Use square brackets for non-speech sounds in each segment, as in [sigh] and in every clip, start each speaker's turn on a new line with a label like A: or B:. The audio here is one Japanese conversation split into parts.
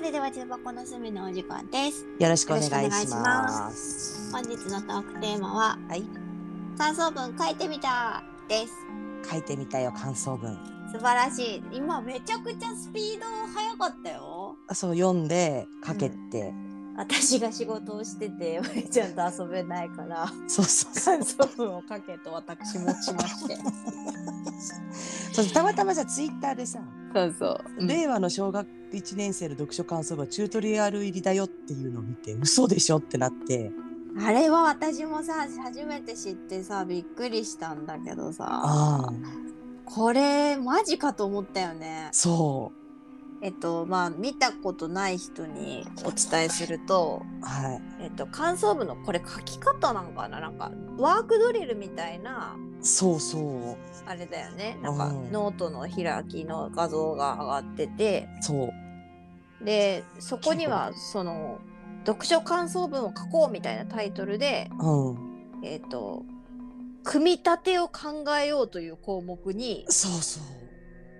A: れでは重箱の隅のお時間です。
B: よろしくお願い
A: よろしくお願い
B: し
A: しま
B: ます。
A: 本日のトークテーマは、
B: はい、
A: 感想文書いてみたです。
B: 書いてみたよ感想文。
A: 素晴らしい。今めちゃくちゃスピード速かったよ。
B: あそう読んで書けて、
A: 私が仕事をしてて、まりちゃんと遊べないから、
B: そうそうそ
A: [laughs]
B: う。
A: 感想文を書けと私もしまして。
B: そうたまたまじゃツイッターでさ、
A: [laughs] そうそう。
B: 令和の小学一年生の読書感想文はチュートリアル入りだよっていうのを見て嘘でしょってなって、
A: あれは私もさ、初めて知ってさ、びっくりしたんだけどさ、
B: ああ
A: これマジかと思ったよね。
B: そ
A: えっとまあ見たことない人にお伝えすると、
B: うはい
A: えっと、感想文のこれ書き方なんかななんかワークドリルみたいな
B: そうそう
A: あれだよねなんか
B: うん
A: ノートの開きの画像が上がってて
B: そう
A: でそこにはその読書感想文を書こうみたいなタイトルで、
B: うん
A: えっと、組み立てを考えようという項目に
B: そうそう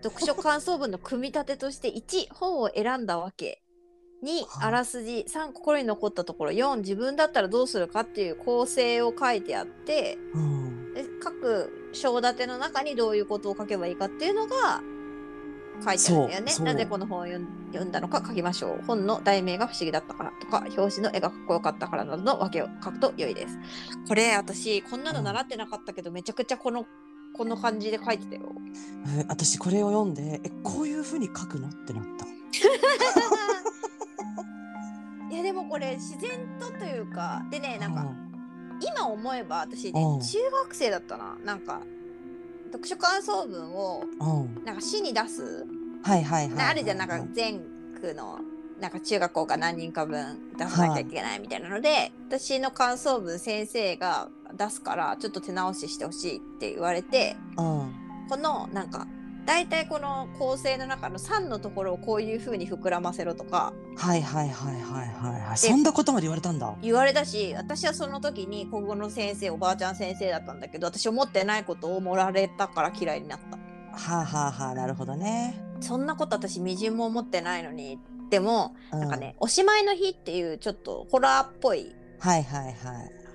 A: 読書感想文の組み立てとして1本を選んだわけ2
B: はい
A: あらすじ3心に残ったところ4自分だったらどうするかっていう構成を書いてあって
B: うん
A: で各章立ての中にどういうことを書けばいいかっていうのが書いてあるんだよね
B: そうそう
A: なぜこの本を読ん読んだのか書きましょう本の題名が不思議だったからとか表紙の絵がかっこよかったからなどの訳を書くと良いですこれ私こんなの習ってなかったけどめちゃくちゃこのこの感じで書いてたよ
B: え私これを読んでえこういうふうに書くのってなった
A: いやでもこれ自然とというかでねなん
B: う
A: か今思えば私ね
B: うん
A: 中学生だったななんか読書感想文を
B: うん
A: なんか市に出す、
B: はいはいはい
A: なあるじゃんなん
B: は
A: か
B: い
A: 全区のなんか中学校が何人か分出さなきゃいけないみたいなので、私の感想文先生が出すからちょっと手直ししてほしいって言われて
B: うん
A: このなんか大体この構成の中の3のところをこういう風に膨らませろとか
B: はいはいはいはいはいはい
A: で
B: そんなことまで言われたんだ
A: 言われたし私はその時に国語の先生おばあちゃん先生だったんだけど私思ってないことを盛られたから嫌いになった
B: はあ、はあはあ、なるほどね。
A: そんなこと私みじんも思ってないのにでも
B: う
A: なんかね、おしまいの日っていうちょっとホラーっぽい
B: はいはいはい。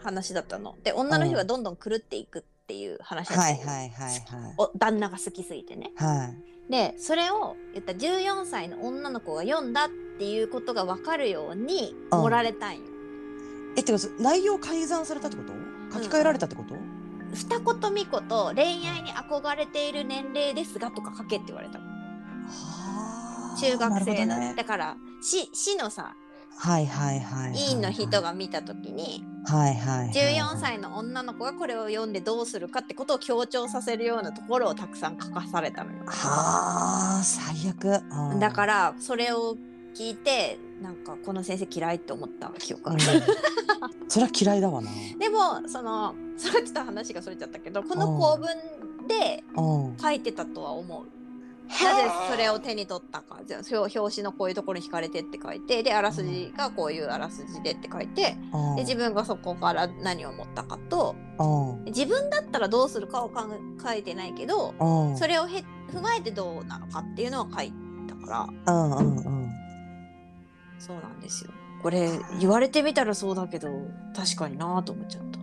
A: 話だったので女の日はどんどん狂っていくっていう話だった
B: は
A: の
B: いはいはいはい。
A: お旦那が好きすぎてね
B: はい。
A: でそれを言った14歳の女の子が読んだっていうことが分かるように
B: うん
A: 盛られたんよ、
B: え、ってか、そ内容改ざんされたってこと書き換えられたってこと、
A: 二言三言恋愛に憧れている年齢ですがとか書けって言われたの
B: はあ。
A: 中学生
B: な
A: の、
B: る
A: ね
B: ほど、ね。
A: だから市市のさ
B: はいはいはいはい。
A: 委員の人。が見た時に
B: はいはい、はい。
A: 14。歳の女の子がこれを読んでどうするかってことを強調させるようなところをたくさん書かされたのよ。
B: はあ、最悪。うん
A: だからそれを聞いてなんかこの先生嫌いって思った記憶があ [laughs] る。
B: うんそれは嫌いだわな。
A: でもその [laughs] それはちょっと話がそれちゃったけどこの構文で
B: うん。
A: 書いてたとは思う。なぜそれを手に取ったかじゃあ表表紙のこういうところに惹かれてって書いてであらすじがこういうあらすじでって書いて
B: うん
A: で自分がそこから何を思ったかと
B: うん。
A: 自分だったらどうするかを考え書いてないけど
B: うん。
A: それをへ踏まえてどうなのかっていうのを書いたから
B: うんうんうん。
A: そうなんですよ。これ言われてみたらそうだけど確かになぁと思っちゃった。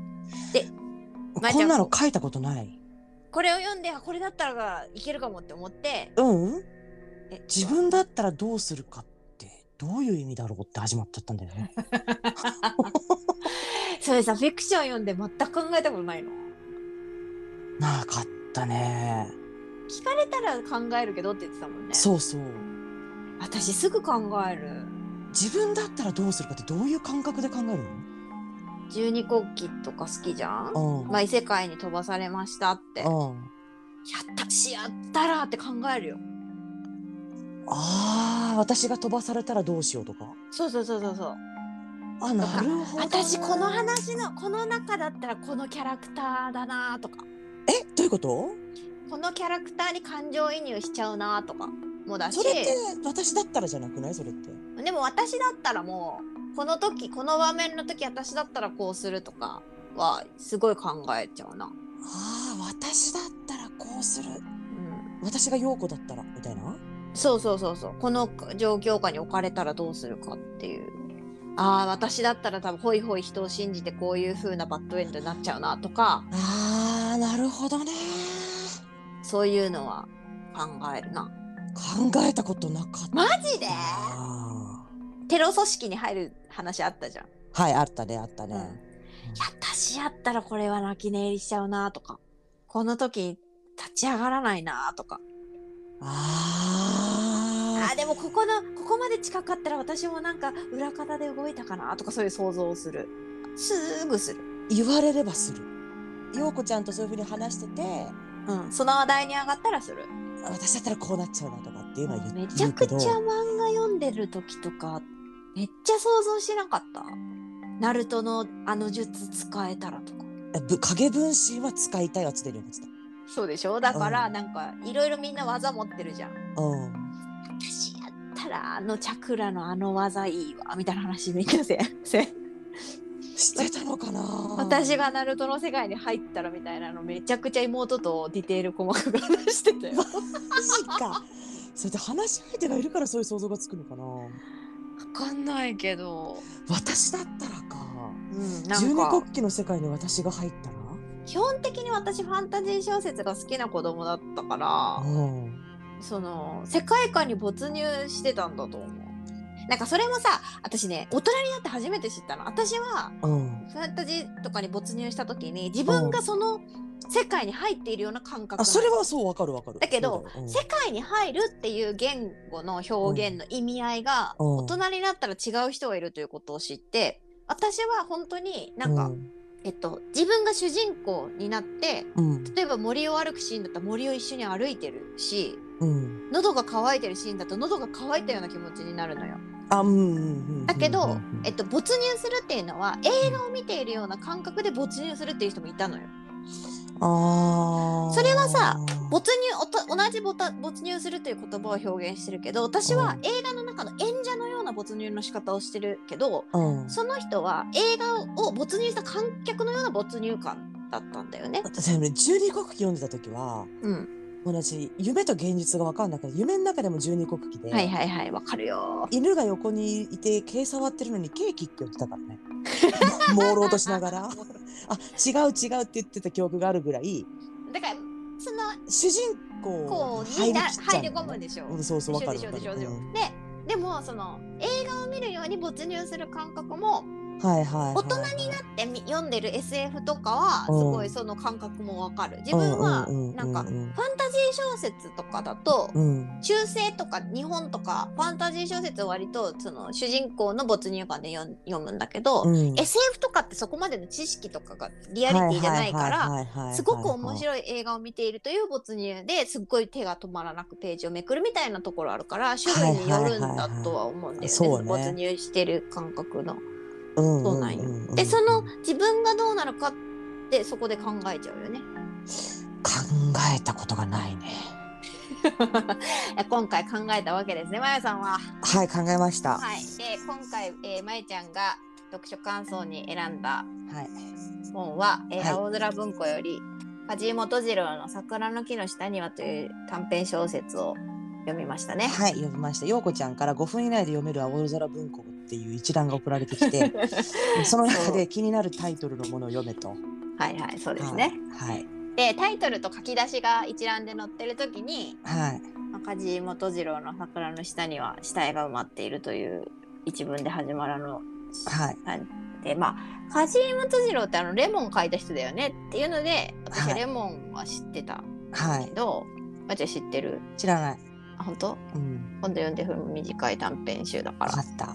A: まあ
B: こんなの書いたことない。
A: これを読んであこれだったらいけるかもって思って
B: うん。
A: え
B: 自分だったらどうするかってどういう意味だろうって始まっちゃったんだよ
A: [laughs]
B: ね。
A: それさフィクション読んで全く考えたことないの
B: なかったね。
A: 聞かれたら考えるけどって言ってたもんね。
B: そうそう。
A: 私すぐ考える。
B: 自分だったらどうするかってどういう感覚で考える
A: 十二国旗とか好きじゃん、
B: の？うん。
A: まあ異世界に飛ばされましたって。やっ
B: うん。
A: たしやったらって考えるよ。
B: ああ、私が飛ばされたらどうしようとか。
A: そうそうそうそうそう。
B: あ、なるほど。
A: 私この。話のこの中だったらこのキャラクターだなとか
B: え、どういうこと？
A: このキャラクターに感情移入しちゃうなとかもだし
B: それって私だったらじゃなくない？それって。
A: でも私だったらもうこの時この場面の時私だったらこうするとかはすごい考えちゃうな。
B: ああ、私だったらこうする。
A: うん、
B: 私が陽子だったらみたいな。
A: そうそうそうそうこの状況下に置かれたらどうするかっていうああ私だったら多分ホイホイ人を信じてこういう風なバッドエンドになっちゃうなとか
B: あーなるほどね
A: そういうのは考えるな
B: 考えたことなかった
A: マジで
B: あ
A: テロ組織に入る話あったじゃん
B: ーはいあったねあったね、
A: うんいや私やったらこれは泣き寝入りしちゃうなとかこの時立ち上がらないなとか
B: あ
A: あーでもここのここまで近かったら私もなんか裏方で動いたかなとかそういう想像をするすぐする
B: ー言われればする陽子ちゃんとそういうふうに話してて
A: うんその話題に上がったらする
B: 私だったらこうなっちゃうなとかっていうのは言
A: め
B: っ
A: ち
B: て
A: ゃ
B: るけ
A: くち
B: ど
A: ゃ漫画読んでる時とかめっちゃ想像しなかったナルトのあの術使えたらとか
B: ぶ影分身は使いたいは常に思って
A: そうでしょだから
B: うん
A: なんかいろいろみんな技持ってるじゃん
B: たうん
A: 私やったらあのチャクラのあの技いいわみたいな話みんな [laughs] せせ
B: してたのかな
A: 私がナルトの世界に入ったらみたいなのめちゃくちゃ妹とディテール細かく話してたよ
B: マジかそれで話し相手がいるからそういう想像がつくのかな
A: 分かんないけど、
B: 私だったらか
A: うん、な
B: 十
A: ん
B: 二
A: か
B: 国旗の世界に私が入ったら
A: 基本的に私ファンタジー小説が好きな子供だったから
B: うん
A: その世界観に没入してたんだと思うなんかそれもさ私ね大人になって初めて知ったの私は
B: うん
A: ファンタジーとかに没入した時に自分がその世界に入っているような感覚なの
B: あそれはそうわかるわかる
A: だけど
B: そうだようん
A: 世界に入るっていう言語の表現の意味合いが
B: うん
A: 大人になったら違う人がいるということを知って私は本当になんか、えっと、自分が主人公になって
B: うん
A: 例えば森を歩くシーンだったら森を一緒に歩いてるし
B: うん
A: 喉が渇いてるシーンだと喉が渇いたような気持ちになるのよ。
B: あうんうんうんうん
A: だけ
B: うんう
A: ど
B: ん、
A: えっと、没入するっていうのは映画を見ているような感覚で没入するっていう人もいたのよ。
B: あー
A: それはさ没入おと同じボタ没入するという言葉を表現してるけど私は
B: うん
A: 映画の中の演者のような没入の仕方をしてるけど
B: うん
A: その人は映画を没入した観客のような没入感だったんだよね。
B: 私ね十二国旗読んでた時は
A: うん、
B: 同じ夢と現実が分かんなくて夢の中でも十二国旗で、
A: はいはいはいわかるよ。
B: 犬が横にいて毛触ってるのにケーキって言ってたから
A: [laughs]
B: ね朦朧としながらあ違う違うって言ってた記憶があるぐらい
A: だからその
B: 主人
A: こ
B: 公
A: うにな
B: きっちゃ
A: 入
B: う
A: り
B: の
A: 込むん
B: ね
A: でしょ。
B: うんそうそうわ
A: でしょで
B: かる
A: しょ
B: わか
A: でしょで
B: る
A: しょ。
B: うん
A: ででもその映画を見るように没入する感覚も
B: はいはいはい
A: 大人になってみ読んでる SF とかはす
B: うん
A: ごいその感覚もわかる。自分は
B: うんうんうんうん
A: なんかファンタジー小説とかだと
B: うん
A: 中世とか日本とかファンタジー小説は割とその主人公の没入感で読ん読むんだけど、
B: うん
A: SF とかってそこまでの知識とかがリアリティじゃないから。
B: ら
A: すごく面
B: い
A: 白い映画を見ているという没入ですっごい手が止まらなくページをめくるみたいなところあるから種類によるんだとは思うんだよね
B: はいはいはいはいそうね
A: 没入してる感覚の。そううなんよ
B: よ
A: でその自分がどうなるかってそこで考えちゃうよね。 [laughs]
B: 考えたことがないね
A: いや今回考えたわけですねまやさんは。
B: はい考えました
A: はい、で今回、えー、まゆちゃんが読書感想に選んだ
B: はい
A: 本は、えー
B: はい
A: 青空文庫より梶本次郎の「桜の木の下には」という短編小説を読みましたね。
B: はい、読みました。陽子ちゃんから5分以内で読める青空文庫っていう一覧が送られて
A: [laughs]
B: きて、その中で気になるタイトルのものを読めと。
A: はいはいそうですね。
B: はい。
A: でタイトルと書き出しが一覧で載ってる時に
B: はい。はい。
A: まあ梶本次郎の「桜の下には死体が埋まっている」という一文で始まるの
B: はい。
A: でまあ梶本次郎ってあのレモン書いた人だよねっていうので私
B: は
A: はいレモンは知ってた
B: はい
A: け。ど、まあじゃあ知ってる
B: 知らない。
A: あ本当
B: うん。
A: 今度読んでる短い短編集だか
B: わ
A: ら
B: かった。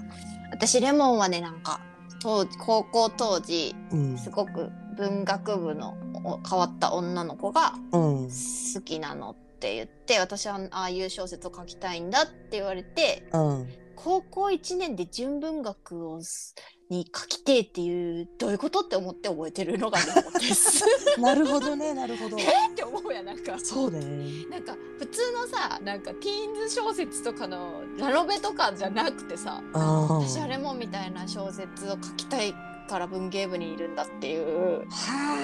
A: 私レモンはねなんか当時高校当時
B: うん。
A: すごく文学部のお変わった女の子が
B: うん。
A: 好きなのって言って私はああいう小説を書きたいんだって言われて
B: うん。
A: 高校1年で純文学をすに書きてえっていうどういうことって思って覚えてるのがレモンです。
B: なるほどね、なるほど。
A: [laughs] え [laughs] って思うやんなんか
B: そうだね。
A: なんか普通のさなんかティーンズ小説とかのラノベとかじゃなくてさ
B: ああ。
A: 私はレモンみたいな小説を書きたいから文芸部にいるんだっていう
B: は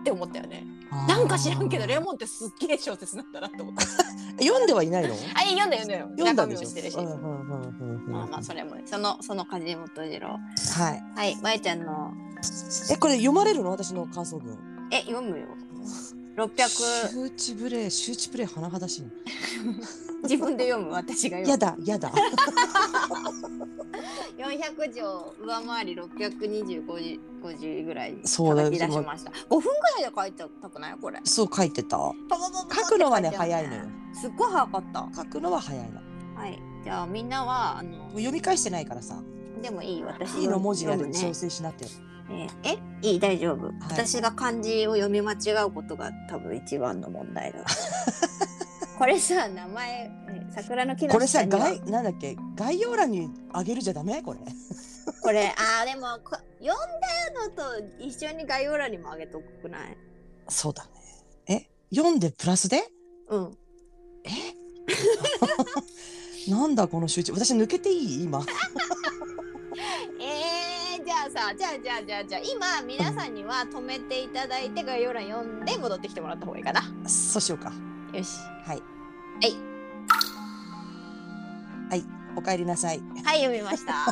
A: って思ったよねなんか知らんけどレ
B: ン
A: モンってすっげえ小説なんだなと思っ
B: [laughs]
A: た。
B: 読んではいないの
A: あ読んだ読んだよ。
B: 読ん
A: 中
B: だ
A: 身
B: で
A: も
B: しょ
A: してるし。
B: うんうんうんうんうん
A: まあまあそれもそのその梶本次郎。
B: はい
A: はいまえちゃんの
B: えこれ読まれるの私の感想文
A: え読
B: [laughs]
A: むよ。六百
B: 周知プレイ周知プレイ甚だしい
A: 自分で読む私が
B: や
A: 読む。
B: だやだ [laughs]
A: 四百条上回り六百二十五時五時ぐらい
B: そうだ
A: 叩き出しました。五分ぐらいで書いてたくないこれ。
B: そう書いてた
A: パパパパパって
B: 書くのはね
A: 書てある
B: 早いのよ
A: すっごい早かった。は
B: 書くのは早いのも
A: いじゃあみんなはあの
B: う読み返してないからさ
A: でもいい私
B: いいの文字が
A: 読むね
B: 調。整しなって
A: えーえいい大丈夫、私が漢字を読み間違うことが多分一番の問題
B: [laughs]
A: だこれさ名前えー桜の木の
B: これ
A: 下
B: さ
A: には
B: 概なんだっけ概要欄にあげるじゃダメこれ
A: これあーでもこ読んだのと一緒に概要欄にもあげとくくない
B: そうだねえ読んでプラスで
A: うん
B: なんだこの集中私抜けていい今
A: えー、じゃあさじゃあじゃあじゃあじゃあ今皆さんには止めていただいて概要欄読んで戻ってきてもらった方がいいかな
B: そうしようか
A: よし
B: はい
A: はい
B: はいおかえりなさい
A: はい読みました [laughs]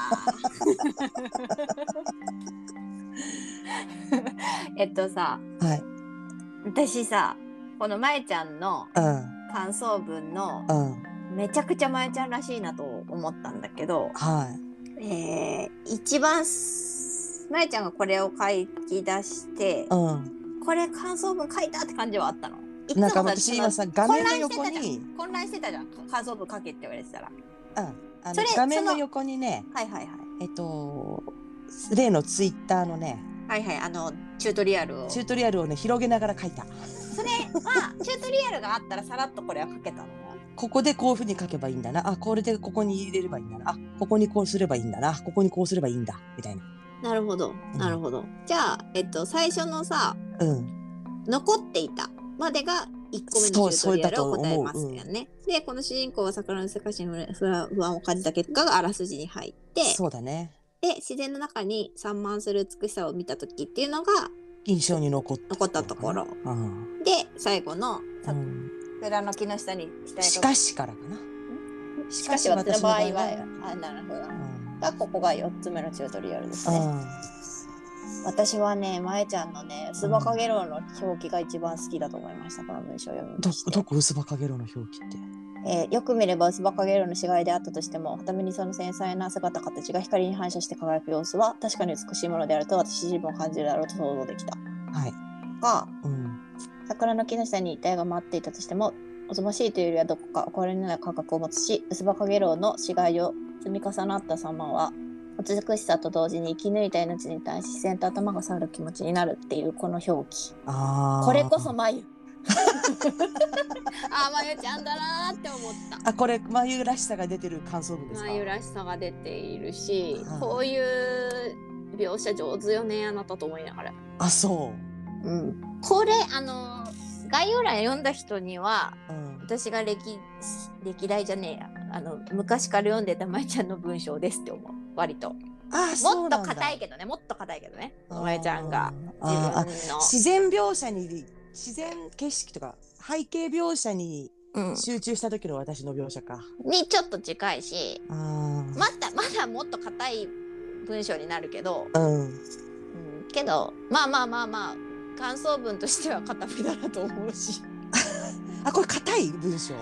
A: えっとさ
B: はい
A: 私さこのまえちゃんの
B: うん
A: 感想文の
B: うん
A: めちゃくちゃまえちゃんらしいなと思ったんだけど、
B: は
A: えー一番すまえちゃんがこれを書き出して
B: い、うん
A: これ感想文書いたって感じはあったのいつも
B: なん
A: さ
B: か私今
A: そ
B: さ画面の横
A: 混乱して
B: に
A: た混乱してたじゃん感想文書けって言われてたら
B: うんあ
A: そ
B: の
A: れ
B: 画面
A: そ
B: の
A: の
B: 横にね
A: はいはいはい
B: えっと例のツイッターのね
A: はいはいあのチュートリアルを
B: チュートリアルをね広げながら書いた
A: そ [laughs] れはチュートリアルがあったらさらっとこれは書けたの
B: ここでこういうふうに書けばいいんだなあこれでここに入れればいいんだなあここにこうすればいいんだなここにこうすればいいんだみたいな
A: なるほど
B: なる
A: ほど、じゃあえっと最初のさ
B: うん
A: 残っていたまでが1個目のチュートリアルを答えますよね。でこの主人公は桜の世界に不安を感じた結果があらすじに入って
B: そうだね
A: で自然の中に散漫する美しさを見た時っていうのが
B: 印象に残った
A: 残ったところ
B: うん
A: で最後の
B: うん
A: 桜の木の下にしたい
B: しかしからかな
A: し
B: し
A: か
B: か
A: し
B: し
A: 私
B: 私
A: の場
B: の場
A: 合
B: 合
A: はあなるほど
B: うん
A: がここが4つ目のチュートリアルですね。
B: う
A: 私はねまえちゃんのね「すばかげろう」の表記が一番好きだと思いましたこの文章を読み
B: んど
A: まして
B: どこ薄葉かげろうの表記って
A: えーよく見ればウスバカゲロの死骸であったとしてもためにその繊細な姿形が光に反射して輝く様子は確かに美しいものであると私自身も感じるだろうと想像できた
B: はい
A: が
B: うん
A: 桜の木の下に一体が待っていたとしてもおぞましいというよりはどこかこれのような感覚を持つしウスバカゲロの死骸を積み重なった様は美しさと同時に生き抜いた命に対し自然と頭が下がる気持ちになるっていうこの表記
B: あー
A: これこそまゆあまゆちゃんだなーって思った
B: あこれ眉らしさが出てる感想文ですか
A: 眉らしさが出ているし、
B: はい
A: こういう描写上手よねあなたと思いながら、
B: あそ
A: うん、これあの概要欄読んだ人には
B: う、うん、
A: 私が歴歴代じゃねえやあの昔から読んでたまえちゃんの文章ですって思う割と
B: あそ
A: も
B: う
A: っと
B: なんだ
A: 硬いけどねもっと硬いけどね
B: あー
A: まえちゃんが
B: あーあ
A: 自分の
B: 自然描写に自然景色とか背景描写に
A: うん
B: 集中した時の私の描写か。
A: にちょっと近いし
B: あ
A: まだまだもっと硬い文章になるけど
B: あ、うん。
A: うんけどまあまあまあまあ感想文としては硬めだなと思うし
B: あこれ硬い文章。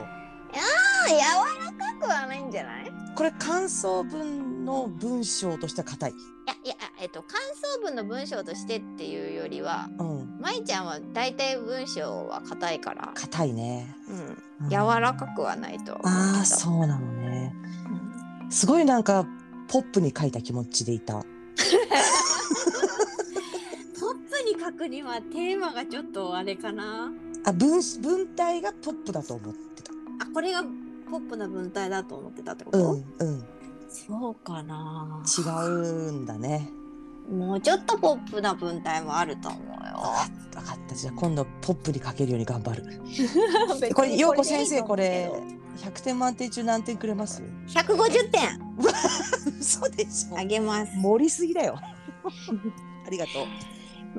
A: 柔らかくはないんじゃないい
B: これ感想文の文章としては硬い。
A: やいやえっと感想文の文章としてっていうよりは
B: うん。
A: まいちゃんは大体文章は硬いから、
B: 硬いね。
A: うん、
B: うん
A: 柔らか。くはないと思うけど
B: ああそうなのね。
A: うん
B: すごいなんかポップに書いた気持ちでいた。
A: ポップに書くにはテーマがちょっとあれかな
B: あ文文体がポップだと思ってた。
A: あこれがポップな文体だと思ってたってこ
B: う
A: と、
B: んうん。
A: そうかな
B: 違うんだね。
A: もうちょっとポップな文体もあると思うよ
B: わかった。じゃあ今度ポップに書けるように頑張る。
A: [laughs] 別に
B: これ陽
A: でい
B: 子
A: い
B: 先生
A: と思
B: こ
A: うけ
B: れ
A: ど
B: 100点満点中何点く
A: [laughs]
B: れます？
A: 150点
B: 嘘でしょ
A: あげます。
B: 盛りすぎだよ。ありがと う。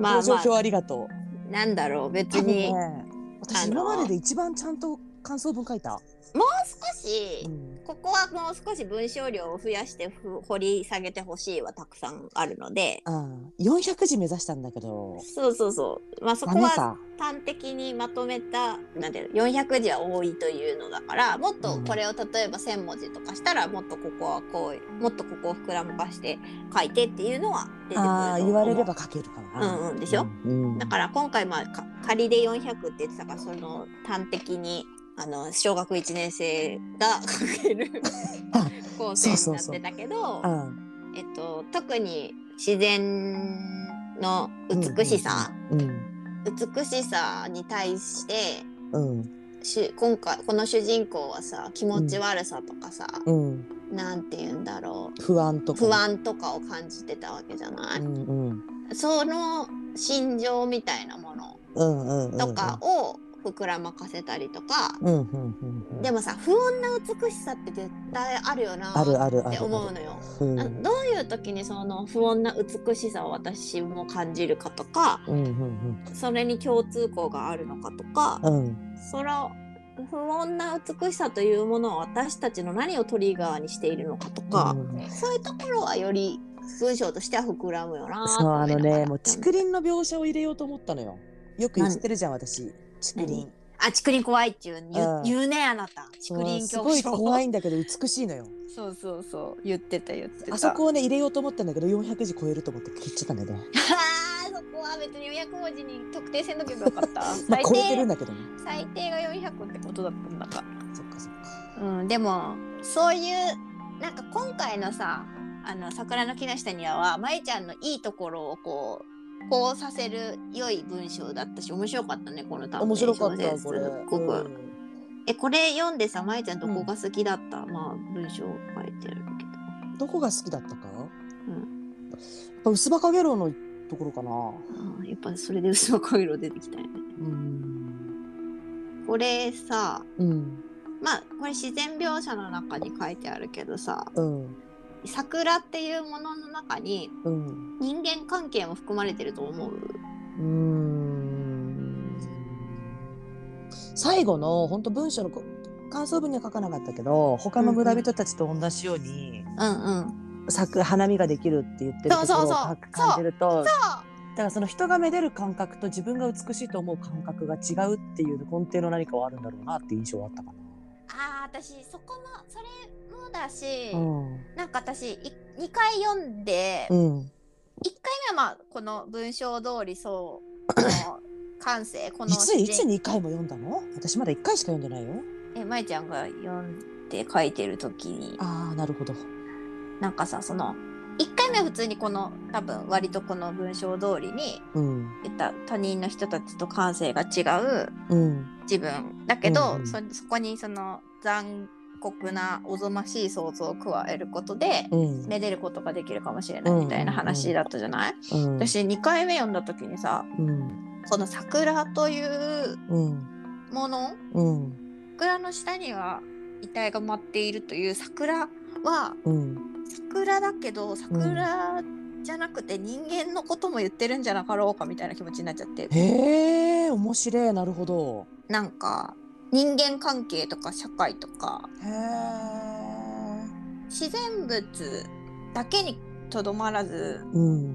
A: [laughs] まあ
B: [laughs] 表情
A: まあ
B: 表ありがとう。
A: なんだろう別
B: 多分
A: に
B: ね
A: もうあ
B: 私
A: の
B: 今までで一番ちゃんと感想文書いた、
A: 少し
B: うん
A: ここはもう少し文章量を増やしてふ掘り下げてほしいはたくさんあるので
B: うん、400字目指したんだけど
A: そうそうそうまあそ
B: ダ
A: こ
B: メ
A: は
B: さ
A: 端的にまとめたなんていうの400字は多いというのだからもっとこれを例えば1,000文字とかしたらもっとここはこうもっとここを膨らまかして書いてっていうのは出てくると思う
B: あー言われれば書けるかもな、
A: うんうんでしょ
B: うん
A: だから今回まあか仮で400って言ってたからその端的にあの小学1年生が書ける
B: あ
A: 構成
B: そう
A: に
B: そう
A: なっ
B: そう
A: てたけど
B: うん
A: えっと、特に自然の美しさ、
B: うん
A: 美しさに対して
B: うん
A: し今回この主人公はさ気持ち悪さとかさ、
B: うん
A: なんて言うんだろ
B: 不安と
A: う
B: か
A: 不安とかを感じてたわけじゃない、
B: うんうん
A: その心情みたいなもの
B: うんうんうん
A: とかを膨らまかせたりとか、
B: うんうんうんうん
A: でもさ不穏な美しさって絶対あるよな
B: ある
A: っ
B: あるある
A: て思うのよ。
B: うん
A: あどういう時にその不穏な美しさを私も感じるかとか
B: うんうん
A: それに共通項があるのかとか
B: うんうん
A: その不穏な美しさというものは私たちの何をトリガーにしているのかとか、
B: うん
A: そういうところはより文章としては膨らむよな
B: そうあ
A: と
B: の
A: 思いながら
B: ねもう竹林の描写を入れようと思ったのよよく言ってるじゃん私竹林
A: あ竹林怖いっていう言,、
B: うん
A: 言うねあなた竹
B: そう
A: 林
B: す
A: 恐
B: ご
A: 怖
B: い
A: 症
B: 怖いんだけど美しいのよ
A: そうそうそう言ってた言ってた
B: あそこをね入れようと思ったんだけど400字超えると思って切っちゃったんだよね
A: あーそこは別に400文字に特定せんとけばよかった
B: [laughs] まあ
A: 最
B: 超えて
A: 低
B: るんだけどね
A: 最低が400ってことだったんだか、
B: そっかそっから
A: うん、でもそういうなんか今回のさあの桜の木の下にはまゆちゃんのいいところをこうこうさせる良い文章だったし面白かったねこの短
B: 面
A: 編小
B: 白か
A: 説
B: ったこれ
A: すっごく、
B: うん
A: えこれ読んでさまゆちゃんどこが好きだった、まあ文章を書いてるけど
B: どこが好きだったか、
A: う
B: やっぱ薄葉かげろうのところかな
A: あーやっぱそれで薄の回路出てきたよね
B: うん
A: これさ
B: うん
A: まあこれ自然描写の中に書いてあるけどさ
B: うん
A: 桜っていうものの中に
B: うん
A: 人間関係も含まれてると思う
B: うん最後の本当文章のこ感想文には書かなかったけど他の村人たちと同じように、
A: うんうん
B: 咲く花見ができるって言ってるとこ
A: そう
B: ろ
A: そう
B: を
A: そう
B: か感じると
A: あ
B: だからその人がめでる感覚と自分が美しいと思う感覚が違うっていう根底の何かはあるんだろうなって印象はあったか
A: あ私そこもそれもだし、
B: な。うん
A: なんか私い2回読んで、
B: う
A: 1
B: ん、
A: 回目はまあこの文章通りそうあの感性この
B: いついつ
A: 自然
B: 2回も読んだの私まだ1回しか読んでないよ。
A: えまいちゃんが読んで書いてる時に
B: ああなるほど。
A: なんかさその1回目は普通にこの多分割とこの文章通りに
B: うん
A: 言った他人の人たちと感性が違う
B: うん
A: 自分だけど、
B: うんうん
A: そそこにその残酷なおぞましい想像を加えることで、
B: うん
A: めでることができるかもしれないみたいな話だったじゃない、
B: うん
A: 私2回目読んだ時にさ
B: うん
A: この桜という
B: うん
A: もの
B: うん
A: 桜の下には遺体が舞っているという桜は
B: うん
A: 桜だけど桜じゃなくて人間のことも言ってるんじゃなかろうかみたいな気持ちになっちゃって
B: へえ面白いなるほど。
A: なんか人間関係とか社会とか
B: へえ。
A: 自然物だけにとどまらず
B: うん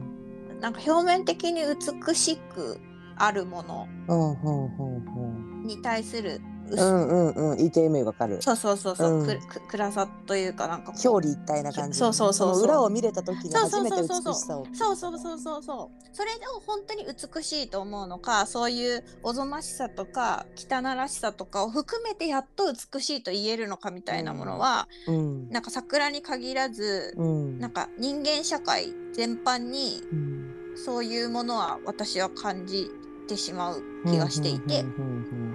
A: なんか表面的に美しくあるもの
B: うんうんうん
A: に対する
B: う
A: 薄
B: んうんうん言いたい意味わかる。
A: そうそうそうそう、
B: うん
A: くく暗さというかなんかこう
B: 表裏一体な感じ
A: そうそうそうそう
B: の裏を見れた時の初めて
A: そ
B: 美
A: う
B: し
A: そうそう
B: さを
A: そうそうそうそうそうそれを本当に美しいと思うのかそういうおぞましさとか汚らしさとかを含めてやっと美しいと言えるのかみたいなものは、
B: うん
A: なんか桜に限らず、
B: うん
A: なんか人間社会全般に
B: うん
A: そういうものは私は感じてしまう気がしていて、
B: うんうん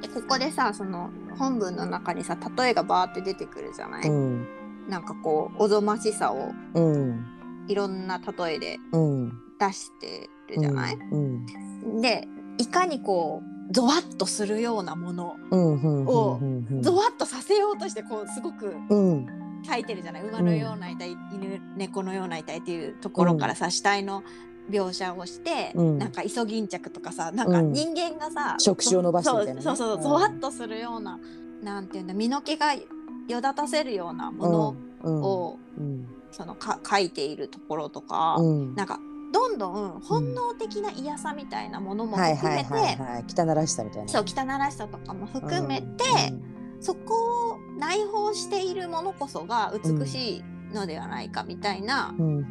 A: でここでさその本文の中にさ例えがバーって出てくるじゃない、
B: うん
A: なんかこうおぞましさを
B: うん
A: いろんな例えで
B: うんうん
A: 出してるじゃない、
B: うん
A: でいかにこうゾワッとするようなもの、
B: うんうん
A: を
B: うんうん
A: ゾワッとさせようとしてこうすごく
B: うん
A: 書いてるじゃない馬のような遺体、犬猫のような遺体っていうところからさ、死体の描写をして、
B: うん
A: なんかイソギンチャクとかさなんか
B: うん
A: 人間がさ、
B: 触手を伸ばしてみたいなね
A: そうそうそううんゾワッとするようななんていうんだ身の毛がよだたせるようなものを、
B: うん
A: そのか書いているところとか、
B: うん
A: なんかどんどん本能的な嫌さみたいなものも
B: はい
A: 含
B: は
A: め
B: い
A: て、
B: はいはい汚らしさみたいな
A: そう汚らしさとかも含めて、
B: うん
A: そこを内包しているものこそが美しいのではないかみたいな
B: うんうんう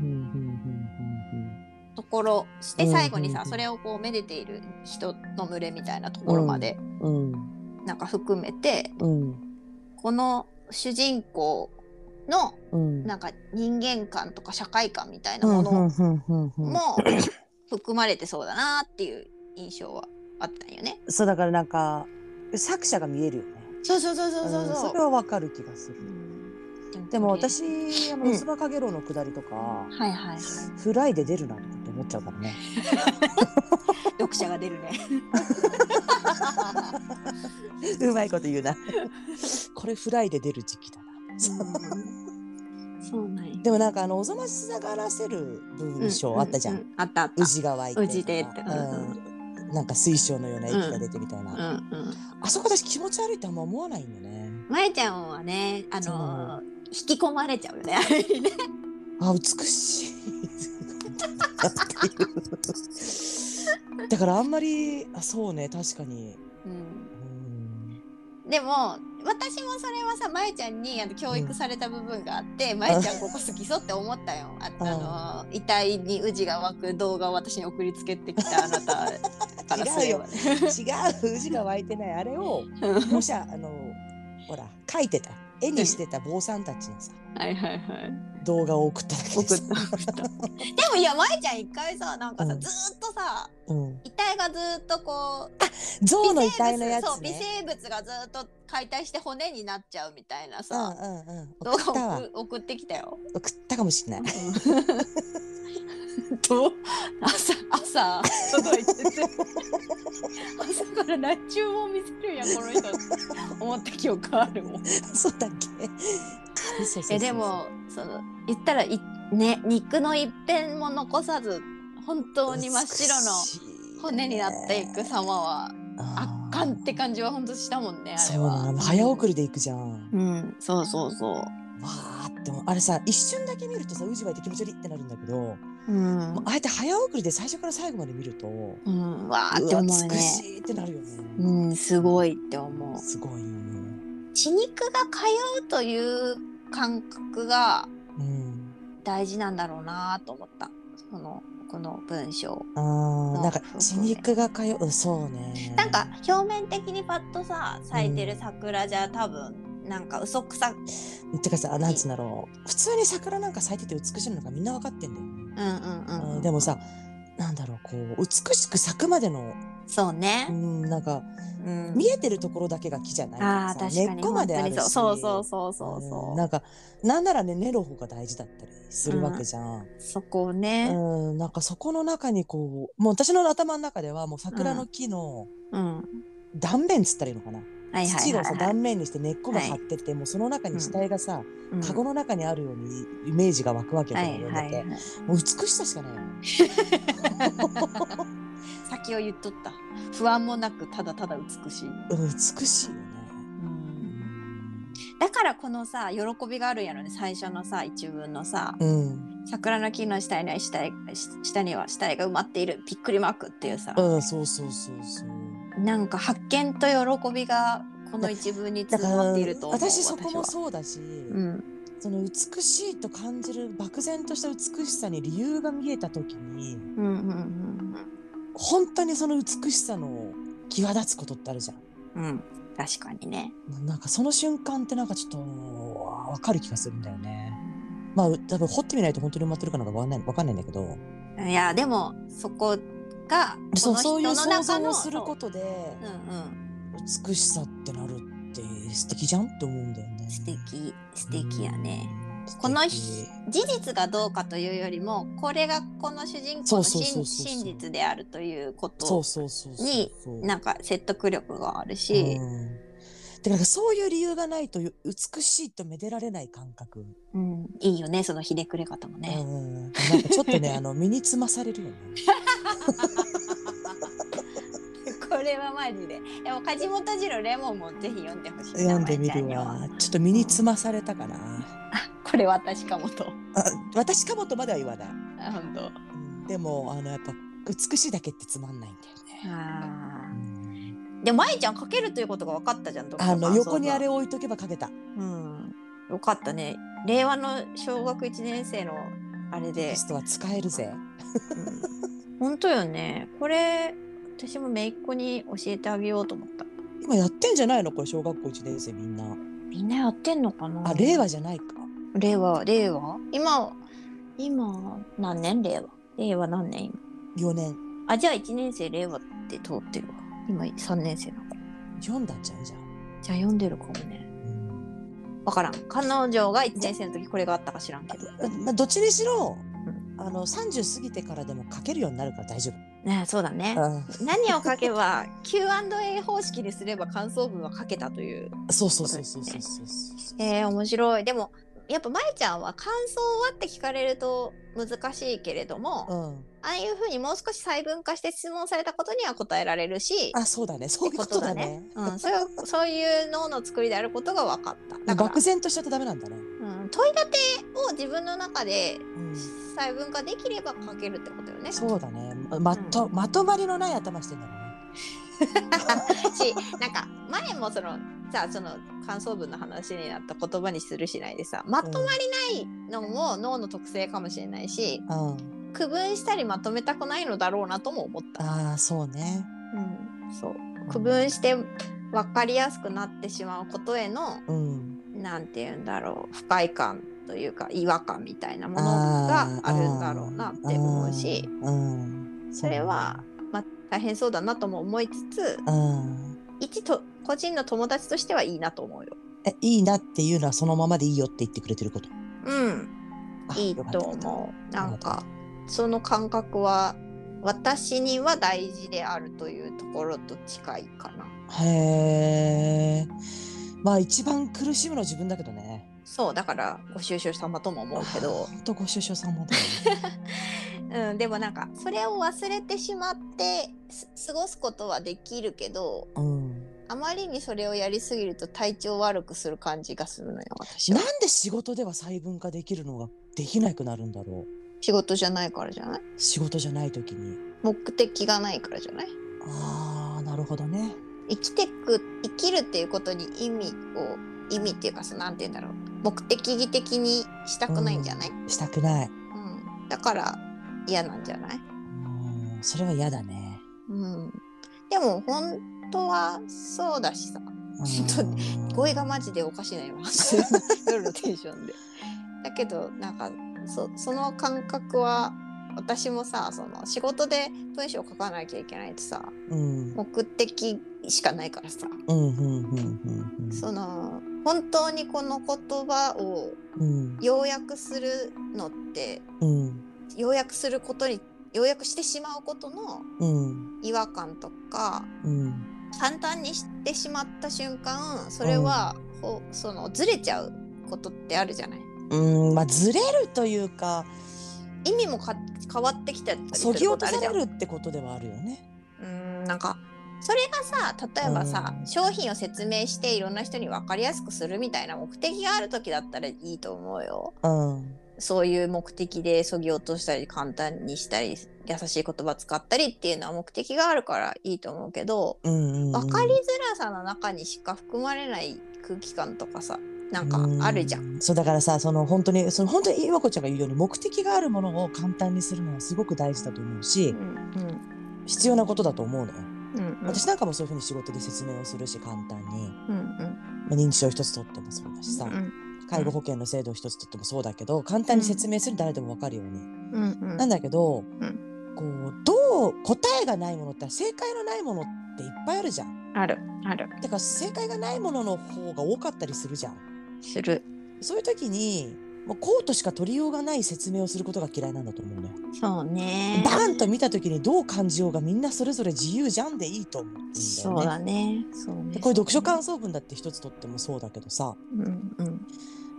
B: んうん
A: ところして、
B: うん
A: 最後に
B: うん
A: さ
B: うん
A: それをこうめでている人の群れみたいなところまで
B: うん
A: なんか含めて、
B: うん
A: この主人公の
B: うん
A: なんか人間観とか社会観みたいな
B: うん
A: も
B: うんうん
A: の
B: うんうん
A: も含まれてそうだなっていう印象はあったんよね。
B: そうだからなんか作者が見えるよね
A: そうそうそうそうそう
B: うんそれはわかる気がす
A: う
B: る
A: ん
B: でも
A: これ
B: 私「あの
A: うん
B: 四つ葉かげろう」の下りとか
A: はいはいはい
B: フライで出るなとかって思っちゃう
A: [laughs]
B: からね
A: 読者が出るね。
B: うまいこと言うな。 [laughs] これフライで出る時期だな。
A: そうなんや。
B: でもなんかあのおぞましさがらせる文章あったじゃん。
A: うううあったあった。
B: 宇治が湧いてと
A: 宇
B: か。
A: 治でって
B: う
A: うん
B: ん。なんか水晶のような液が出てみたいな。
A: うんうん。
B: あそこ私気持ち悪いってあんま思わないんだね。
A: まえちゃんはね、あのー引き込まれちゃうよね。あれにね
B: あ美しい。だからあんまりあそうね確かに。
A: うん
B: うん
A: でも私もそれはさまえちゃんにあの教育された部分があって、まえちゃんここ好きそうって思ったよ。ああのー遺体に宇治が湧く動画を私に送りつけてきたあなたからすればね。
B: [laughs] 違う宇治が湧いてないあれをもしあのほら書いてた絵にしてた坊さんたちのさ
A: はいはいはい。
B: 動画を送っただけ
A: 送っ
B: で
A: た
B: す。
A: 送った。 [laughs] でもいやまえちゃん一回さなんかさ、
B: うん
A: ずーっとさ
B: うん。
A: 遺体がずーっとこう
B: 象の遺
A: 微
B: 体
A: 生物
B: のや
A: そう
B: つ
A: 微
B: ね。
A: 生物がずっと解体して骨になっちゃうみたいな
B: うん
A: さ、
B: うんうん。
A: 動
B: 送った
A: 画を。
B: わ
A: 送送ってきたよ。
B: 送ったかもしれない。
A: と朝朝届いて
B: [laughs]
A: て朝から来注文見せるやんこの人って思った記憶あるもん。
B: [laughs] そうだっ
A: [laughs]
B: け。そうそうそうそう
A: えで。もその言ったらいね肉の一片も残さず本当に真っ白の
B: の
A: 骨になっていく様は圧巻って感じは本当したもんねあ
B: そ
A: れ
B: うなのあ
A: は
B: の。早送りで行くじゃん。
A: うん、そうそうそ
B: わーってもうあれさ一瞬だけ見るとさ宇治湧いて気持ち悪いってなるんだけど、も
A: う。うん
B: うあえて早送りで最初から最後まで見ると。
A: うん、わー
B: う
A: って
B: わ
A: 思う
B: 美し
A: ね。
B: いってなるよね。
A: うん、すごいって思う。
B: すごいよね。
A: 血肉が通うという感覚が
B: うん。
A: 大事なんだろうなと思った。そのこの文章。
B: あーなんか
A: そうそう
B: 血
A: ね
B: 肉が通ううんそうね。
A: なんか表面的にパッとさ咲いてる桜じゃ多分なんか嘘くさ、
B: てかさなんつうんだろう普通に桜なんか咲いてて美しいのがみんな分かってんだよね。
A: うんうんう
B: うん
A: ん。
B: でもさなんだろうこう美しく咲くまでの、
A: そう
B: う
A: ね。
B: ん、なんか
A: うん。
B: 見えてるところだけが木じゃない
A: ああ
B: ら
A: 確
B: さ
A: か
B: 根
A: に
B: っこま
A: 本
B: で
A: 当
B: ある
A: に
B: し
A: そうそうそうそうそうそううん
B: なんかなんならね根の方が大事だったりするわけじゃん。
A: そこを
B: う
A: ね。
B: んなんかそこの中にこうもう私の頭の中ではもう桜の木の
A: うん。は
B: 断面つったらいいのかな、
A: いはいはい、
B: 土をさ
A: はい。
B: 断面にして根っこが張ってて、もうその中に死体がさ、
A: うん
B: カゴの中にあるようにイメージが湧くわけだ
A: は
B: よ、
A: い
B: 俺
A: は
B: だ
A: い
B: け
A: はい。
B: もう美しさしかないよ
A: 先を言っとった不安もなくただただ美しい、
B: うん美しいよね
A: だからこのさ喜びがあるんやろね最初のさ一文のさ
B: うん
A: 「桜の木の下には死体し下には死体が埋まっているびっくりマーク」っていうさ、
B: うんそうそうそうそう
A: なんか発見と喜びがこの一文に
B: だ
A: 詰
B: から
A: まっていると思う
B: 私そこも
A: う、
B: そうだし、
A: うん、
B: その美しいと感じる漠然とした美しさに理由が見えた時に
A: うんうんうん
B: 本当にその美しさの際立つことってあるじゃん
A: うんうん確かにね
B: ななんかその瞬間ってなんかちょっと分かる気がするんだよねまあ多分掘ってみないと本当に埋まってるかなんかわかんないわかんないんだけど
A: いやでもそこが
B: そうそういう想
A: 中
B: 像
A: の
B: をすることで
A: そううんうん
B: 美しさってなるって素敵じゃんって思うんだよね
A: 素敵素敵やね、
B: うん
A: この
B: 素敵
A: 日事実がどうかというよりもこれがこの主人公の
B: そうそうそうそう
A: 真真実であるというこ
B: そ
A: と
B: うそうそうそう
A: に
B: そう
A: なんか説得力があるし、
B: うんだからそういう理由がないと美しいとめでられない感覚。
A: うん、いいよねそのひねくれ方も
B: う
A: ね、
B: んなんかちょ
A: [laughs]
B: っとねあの身につまされるよね。
A: [laughs] これはマジででも梶本次郎レモンもぜひ読んでほしいな
B: 読んでみ
A: まやちゃ
B: る
A: には
B: わ。ちょっと身につまされたかな。
A: これ私かもと
B: あ私かもとまでは言わない。
A: あ本当
B: うんでもあのやっぱ美しいだけってつまんないんだよね。
A: あーでもまえちゃん書けるということが分かったじゃん
B: あの横にあ、
A: 読書感想
B: れ置いとけば書けた。
A: 文うん、よかったね令和の小学1年生のあれ
B: [laughs]
A: で
B: テストは使えるぜ。
A: うん本当よねこれ私も姪っ子に教えてあげようと思った
B: 今やってんじゃないのこれ小学校1年生みんな。
A: みんなやってんのかな
B: あ令和じゃないか。
A: 令和令和今今何年令和令和何年今
B: 4年。
A: あじゃあ1年生令和って通ってるわ今3年生なのか
B: 読んだんじゃんじゃん。
A: じゃあ読んでるかもねわからん彼女が1年生の時これがあったか知らんけど
B: うんまあどっちにしろ
A: ん
B: あの30過ぎてからでも書けるようになるから大丈
A: ねそうだね
B: 夫。
A: 何を書けば [laughs] Q&A 方式にすれば感想文は書けたという
B: そうそうそうそうそうそうそう。
A: えー、面白いでもやっぱまえちゃんは感想はって聞かれると難しいけれども、
B: う
A: あ
B: ん、
A: あいうふうにもう少し細分化して質問されたことには答えられるし、
B: あそうだねそういうことだ
A: って
B: ね。
A: うん、それはそういう脳の作りであることが分かっただから
B: 漠、然としちゃってダメなんだね。
A: うん、問い立てを自分の中で
B: うん、
A: 細分化できれば書けるってことよね。
B: そうだねまと、まとまりのない頭してんだろうね。
A: [laughs] しなんか前もそのさその感想文の話になった言葉にするしないでさまとまりないのも脳の特性かもしれないし、
B: うん、
A: 区分したりまとめたくないのだろうなとも思った。
B: ああそうね。
A: うん、そう区分して分かりやすくなってしまうことへの
B: うん、
A: なんて言うんだろう不快感というか違和感みたいなものがあるんだろうなって思うし、
B: うんうん、
A: それは、まあ、大変そうだなとも思いつつ
B: うん、
A: 一と個人の友達としてはいいなと思うよ。
B: えいいなっていうのはそのままでいいよって言ってくれてること。
A: うん、
B: あ
A: いい
B: よかっ
A: と
B: たよかっ
A: 思う。
B: た
A: なんかその感覚は私には大事であるというところと近いかな。
B: へえ。まあ一番苦しむのは自分だけどね。
A: そうだからご収集様とも思うけど、
B: 本当ご愁傷様
A: [laughs]
B: だよね。
A: うん、でもなんかそれを忘れてしまってす過ごすことはできるけど
B: うん。
A: あまりにそれをやりすぎると体調悪くする感じがするのよ私
B: な
A: は
B: んで仕事では細分化できるのができなくなるんだろ。
A: 仕事じゃないからじゃないう
B: 仕事じゃない時に。
A: 目的がないからじゃない
B: ああ、なるほどね。
A: 生きてく生きるっていうことに意味を意味っていうかさなんて言うんだろう目的義的にしたくないんじゃない、うん
B: したくない。
A: だから嫌なんじゃない
B: うん、それは嫌だね。
A: うん、でも本当はそうだしさ
B: ち
A: ょっと声がマジでおかしいな今 [laughs] 夜のテンションで。だけどなんかそその感覚は私もさその仕事で文章を書かなきゃいけないとさ
B: うん。うん
A: 目的しかないからさ
B: うんうんうんうん。
A: その本当にこの言葉を
B: うん
A: 要約するのって
B: うん
A: 要約することに要約してしまうことの
B: うん
A: 違和感とか
B: うん
A: 簡単にしてしまった瞬間それは、こうそのずれちゃうことってあるじゃない
B: うん。まあずれるというか、
A: 意味もか変わってきたりす
B: そぎ
A: るこ
B: 落
A: と
B: と
A: ある
B: さ
A: じゃ
B: れ
A: ん
B: るってことではあるよね。
A: うーんなんかそれがさ例えばさ、
B: うん
A: 商品を説明していろんな人に分かりやすくするみたいな目的がある時だったらいいと思うよ
B: うん。
A: そういう目的でそぎ落としたり簡単にしたり優しい言葉使ったりっていうのは目的があるからいいと思うけど、
B: 分
A: 分かりづらさの中にしか含まれない空気感とかさなんかあるじゃん。
B: ん。そうだからさその本当にその本当に岩子ちゃんが言うように目的があるものを簡単にするのはすごく大事だと思うし、
A: うん
B: 必要なことだと思うのよ。
A: うん
B: 私なんかもそういうふうに仕事で説明をするし簡単に、ま
A: うん
B: あ、認知症一つ取ってもそうだしさ、介護保険の制度一つ取ってもそうだけど簡単に説明する誰でも分かるように。
A: うん
B: なんだけど、
A: うん
B: こうどう答えがないものって正解のないものっていっぱいあるじゃん。
A: あるある
B: だから正解がないものの方が多かったりするじゃん。
A: する。
B: そういう時にもうコートしか取りようがない説明をすることが嫌いなんだと思うのよ。
A: そうね
B: バーンと見た時にどう感じようがみんなそれぞれ自由じゃんでいいと思うんだよね。
A: そうだねそうね
B: でこれ読書感想文だって一つとってもそうだけどさ
A: うんうん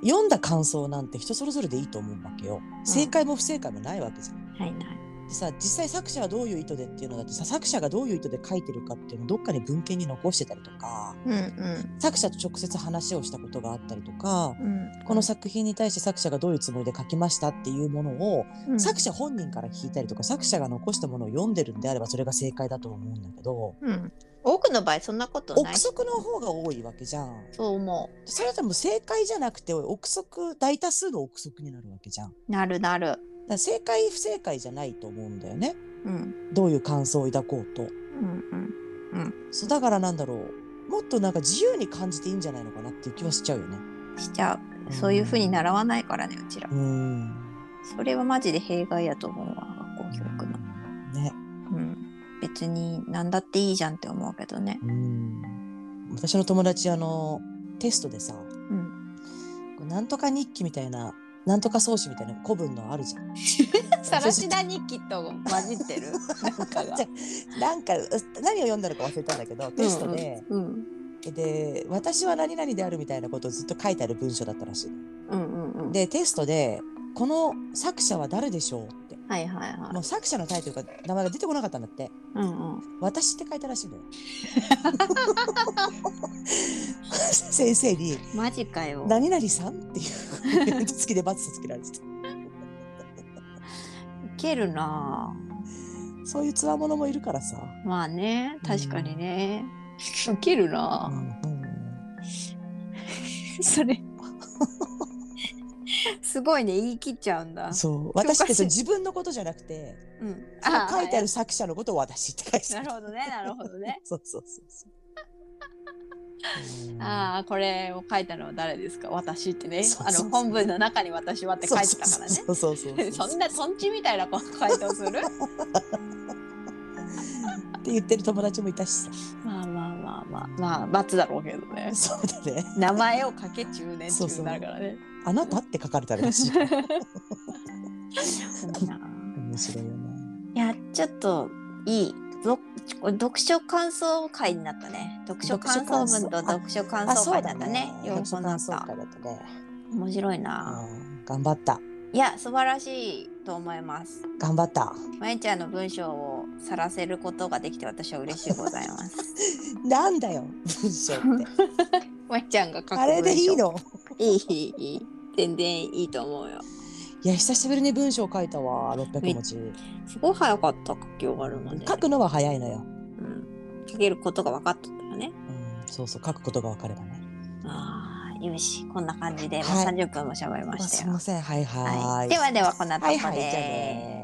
B: 読んだ感想なんて人それぞれでいいと思うわけよ。正解も不正解もないわけじゃん。
A: はいない
B: でさ実際作者はどういう意図でっていうのだってさ作者がどういう意図で書いてるかっていうのをどっかに文献に残してたりとか
A: うんうん
B: 作者と直接話をしたことがあったりとか
A: うん
B: この作品に対して作者がどういうつもりで書きましたっていうものを、
A: うん
B: 作者本人から聞いたりとか作者が残したものを読んでるんであればそれが正解だと思うんだけど
A: うん多くの場合そんなことない
B: 憶測の方が多いわけじゃん。
A: そう思
B: それは多分正解じゃなくて憶測大多数の憶測になるわけじゃん。だか
A: うなるなる
B: ら正解不正解じゃないと思うんだよね。
A: うん
B: どういう感想を抱こうと。
A: うん
B: そうだからなんだろうもっとなんか自由に感じていいんじゃないのかなっていう気はしちゃうよね。
A: うんしちゃうそういうふうに習わないからねうちら
B: うん。
A: それはマジで弊害やと思うわ学校教育の
B: ね。
A: うん別に何だっていいじゃんって思うけどね
B: うん。私の友達あのテストでさ、
A: ん
B: こうなんとか日記みたいななんとか草子みたいな古文のあるじゃん。
A: [laughs] さらしな日記と混じって [laughs] るなんかが
B: [laughs] じゃあなんかう何を読んだのか忘れたんだけどテストで、
A: うん
B: で私は何々であるみたいなことをずっと書いてある文章だったらしい。
A: うんうんうん
B: でテストでこの作者は誰でしょうって
A: はいはいはい
B: もう作者のタイトルか名前が出てこなかったんだって。
A: うんうん
B: 私って書いたらしいのよ。 [laughs] 先生に
A: マジか
B: 「
A: よ
B: 何々さん?」っていう付きで罰つけられてた
A: いけるな
B: そういうつわものもいるからさ、
A: ぁまあね確かにね、いけるな
B: う
A: ぁ、
B: んうん
A: それ [laughs] すごいね言い切っちゃうんだ
B: そう [laughs] 私ってそう
A: 教科書
B: 自分のことじゃなくて
A: うん、
B: その書いてあ
A: る
B: る作者のことを私って書いて
A: [laughs] なるほどねなるほどね
B: [laughs] そうそうそうそううん
A: [laughs] ああこれを書いたのは誰ですか私ってね
B: そう
A: あ
B: そう
A: の本文の中に私はって書いてたからね [laughs]
B: そうそうそうそう
A: そんなとんちみたいなこ回答す [laughs] る
B: って言ってる友達も
A: [laughs]
B: いたしさ
A: まあまあまあまあまあ罰だろうけどね
B: そうだね
A: 名前をかけ中年
B: そうそう
A: 中になるからね
B: 「あなた」って書かれたら
A: [laughs]
B: しい
A: そうだな
B: 面白いよね
A: いやちょっといい読読書感想会になったね読書感想文と読書感想会だったね
B: 読
A: 4
B: 書
A: 本だ
B: 感
A: っ
B: 想
A: た
B: 会だったね
A: 面白いな、
B: うん頑張った
A: いや素晴らしいと思います
B: 頑張った
A: まゆちゃんの文章を晒せることができて私は嬉しいございます
B: [laughs] なんだよ文
A: [laughs]
B: 章って
A: まゆちゃんが書く文章
B: あれでいいの
A: いいいいいい全然いいと思うよ
B: いや久しぶりに文章書いたわ600文字
A: すごい早かった書き終わるまで
B: 書くのは早いのよ、
A: うん、書けることが分かっとったよね
B: うん、そうそう書くことが分かればね
A: ああよしこんな感じで、もう
B: はい
A: 30分も喋りま
B: あ
A: し
B: す
A: た
B: い
A: よ
B: ませんはいはーい、
A: はい、ではではこんなとこ
B: は
A: で
B: い
A: す。
B: はいじゃあね